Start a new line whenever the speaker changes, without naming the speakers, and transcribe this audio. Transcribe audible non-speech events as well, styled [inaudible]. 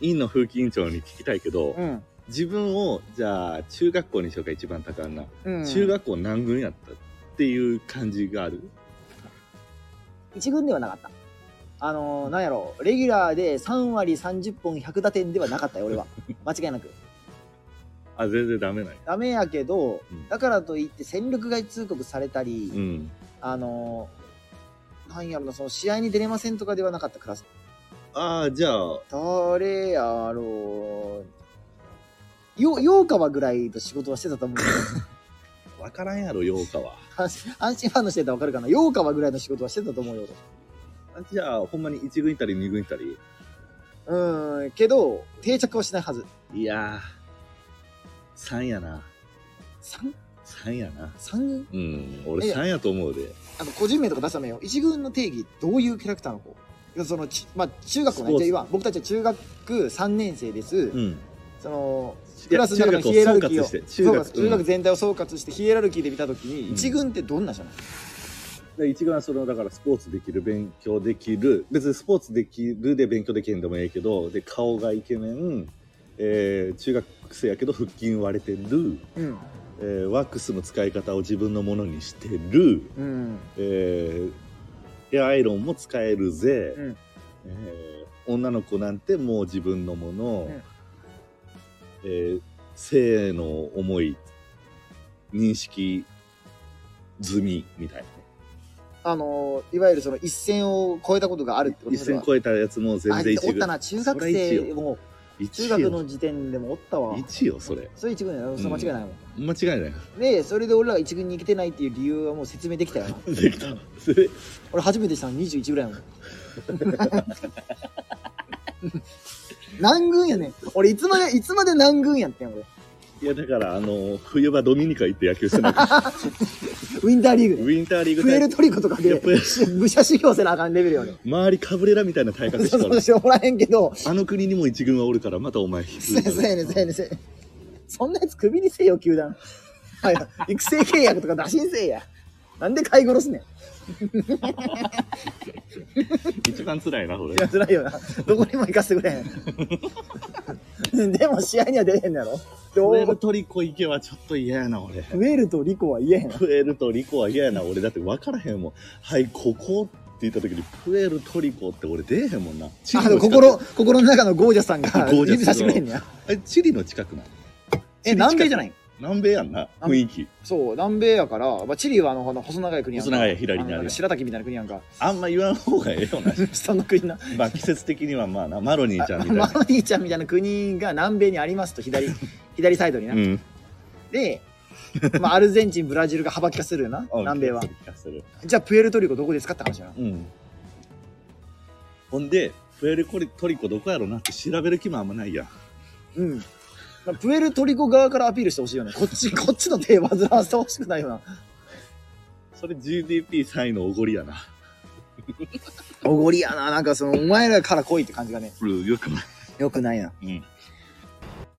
院の風紀委員長に聞きたいけど、
うん。
自分を、じゃあ、中学校にしようか、一番高んな。
うん。
中学校何軍やったっていう感じがある。
一軍ではなかった。あのー、なんやろう、レギュラーで3割30本100打点ではなかったよ、俺は。間違いなく。
あ、全然ダメない。
ダメやけど
うん、
だからといって戦力外通告されたり、
うん。
あのー、なんやろな、その試合に出れませんとかではなかったクラス。
ああ、じゃあ、
誰やろう。よ、ようかはぐらいと仕事はしてたと思う。
わからんやろ、8日は。
阪神ファンの人やったらわかるかな。ようかはぐらいの仕事はしてたと思うよ。
あじゃあ、ほんまに1軍いたり2軍いたり。
うーん、けど、定着はしないはず。
いやー、3やな。
三
3やな。
三軍
うん、
い
俺
や
3やと思うで。
あの個人名とか出したらダメよ一軍の定義どういうキャラクターの子いやそのちまあ、中学校
スポー
ね
ツ
じゃあ今僕たちは中学3年生です、
うん。
その
い
ク
や
ラスの中のヒエラルキーを
中学を総括して
そうか
中学
中学全体を総括してヒエラルキーで見た時に、
うん
一軍ってどんな人なの
で一番そのだからスポーツできる勉強できる別にスポーツできるで勉強できへんでもええけどで顔がイケメン、えー中学生やけど腹筋割れてる、
うん
えーワックスの使い方を自分のものにしてる、
うん
えーヘアアイロンも使えるぜ、
うん
えー女の子なんてもう自分のもの、
うん
えー性の思い認識済みみたいな。
あのいわゆるその一線を超えたことがあるってこと
一
そ
線
れは
超えたやつも全
あ
然
お
一
った
軍
な中学
それ一
生
よ
も
一
中
よ
学の時点でもおったわ
一よそれ
それ一軍やろそれ間違いないもん、
間違いない
でそれで俺らが一軍に行けてないっていう理由はもう説明できたよな
できたそれ
俺初めてしたの21ぐらいやもん南軍やねん俺いつまでいつまで南軍やってん俺
いやだからあの冬場ドミニカ行って野球してなかった
ウィンターリーグ
ウ
で
ィンターリーグ
プエルトリコとか
いや
で
プエル
武者修行せなあかんレベルよね
周りかぶれらみたいな体格し
そ
た
うそ
ら
うしょうもらへんけど
あの国にも一軍はおるからまたお前引
そうやねんそうやねんそうやねんそうやねんそんなやつクビにせえよ球団はい育成契約とか打診せえやなんで買い殺すねん
一番辛いな俺
いや辛いよなどこにも行かせてくれへ [laughs] んでも試合には出れへんのやろで
プエ
俺
ルトリコ行けはちょっと嫌やな俺
プエルとリコは言えへん
プエルトリコは嫌やな俺だって分からへんもんはいここって言った時にプエルトリコって俺出えへんもんなチリ
あ
の
の
近く
心心の中の [laughs] ゴージャスさんが
ゴージャス
指さしてくれへんねや
あれチリの近くなの
え南米じゃ
ない
ない
南米やんな雰囲気
そう南米やから、まあ、チリはあのあの細長い国やんか
細長い左にあるやん
の白滝みたいな国やんか
あんま言わん方がええよな
その [laughs] 国な
まあ季節的にはまあなマロニーちゃんみたい
[laughs] マ
な
ロニーちゃんみたいな国が南米にありますと左左サイドにな、
うん
で、まあ、アルゼンチンブラジルが幅利かせるよな
あ
南米は
気がする
じゃあプエルトリコどこですかって話やな
うんほんでプエルコリトリコどこやろなって調べる気もあんまないやん
うん、まあ、プエルトリコ側からアピールしてほしいよねこっちこっちの手煩わせてほしくないよな
それ GDP3 位のおごりやな
おごりやななんかそのお前らから来いって感じがね
うんよくない
よくないな
うん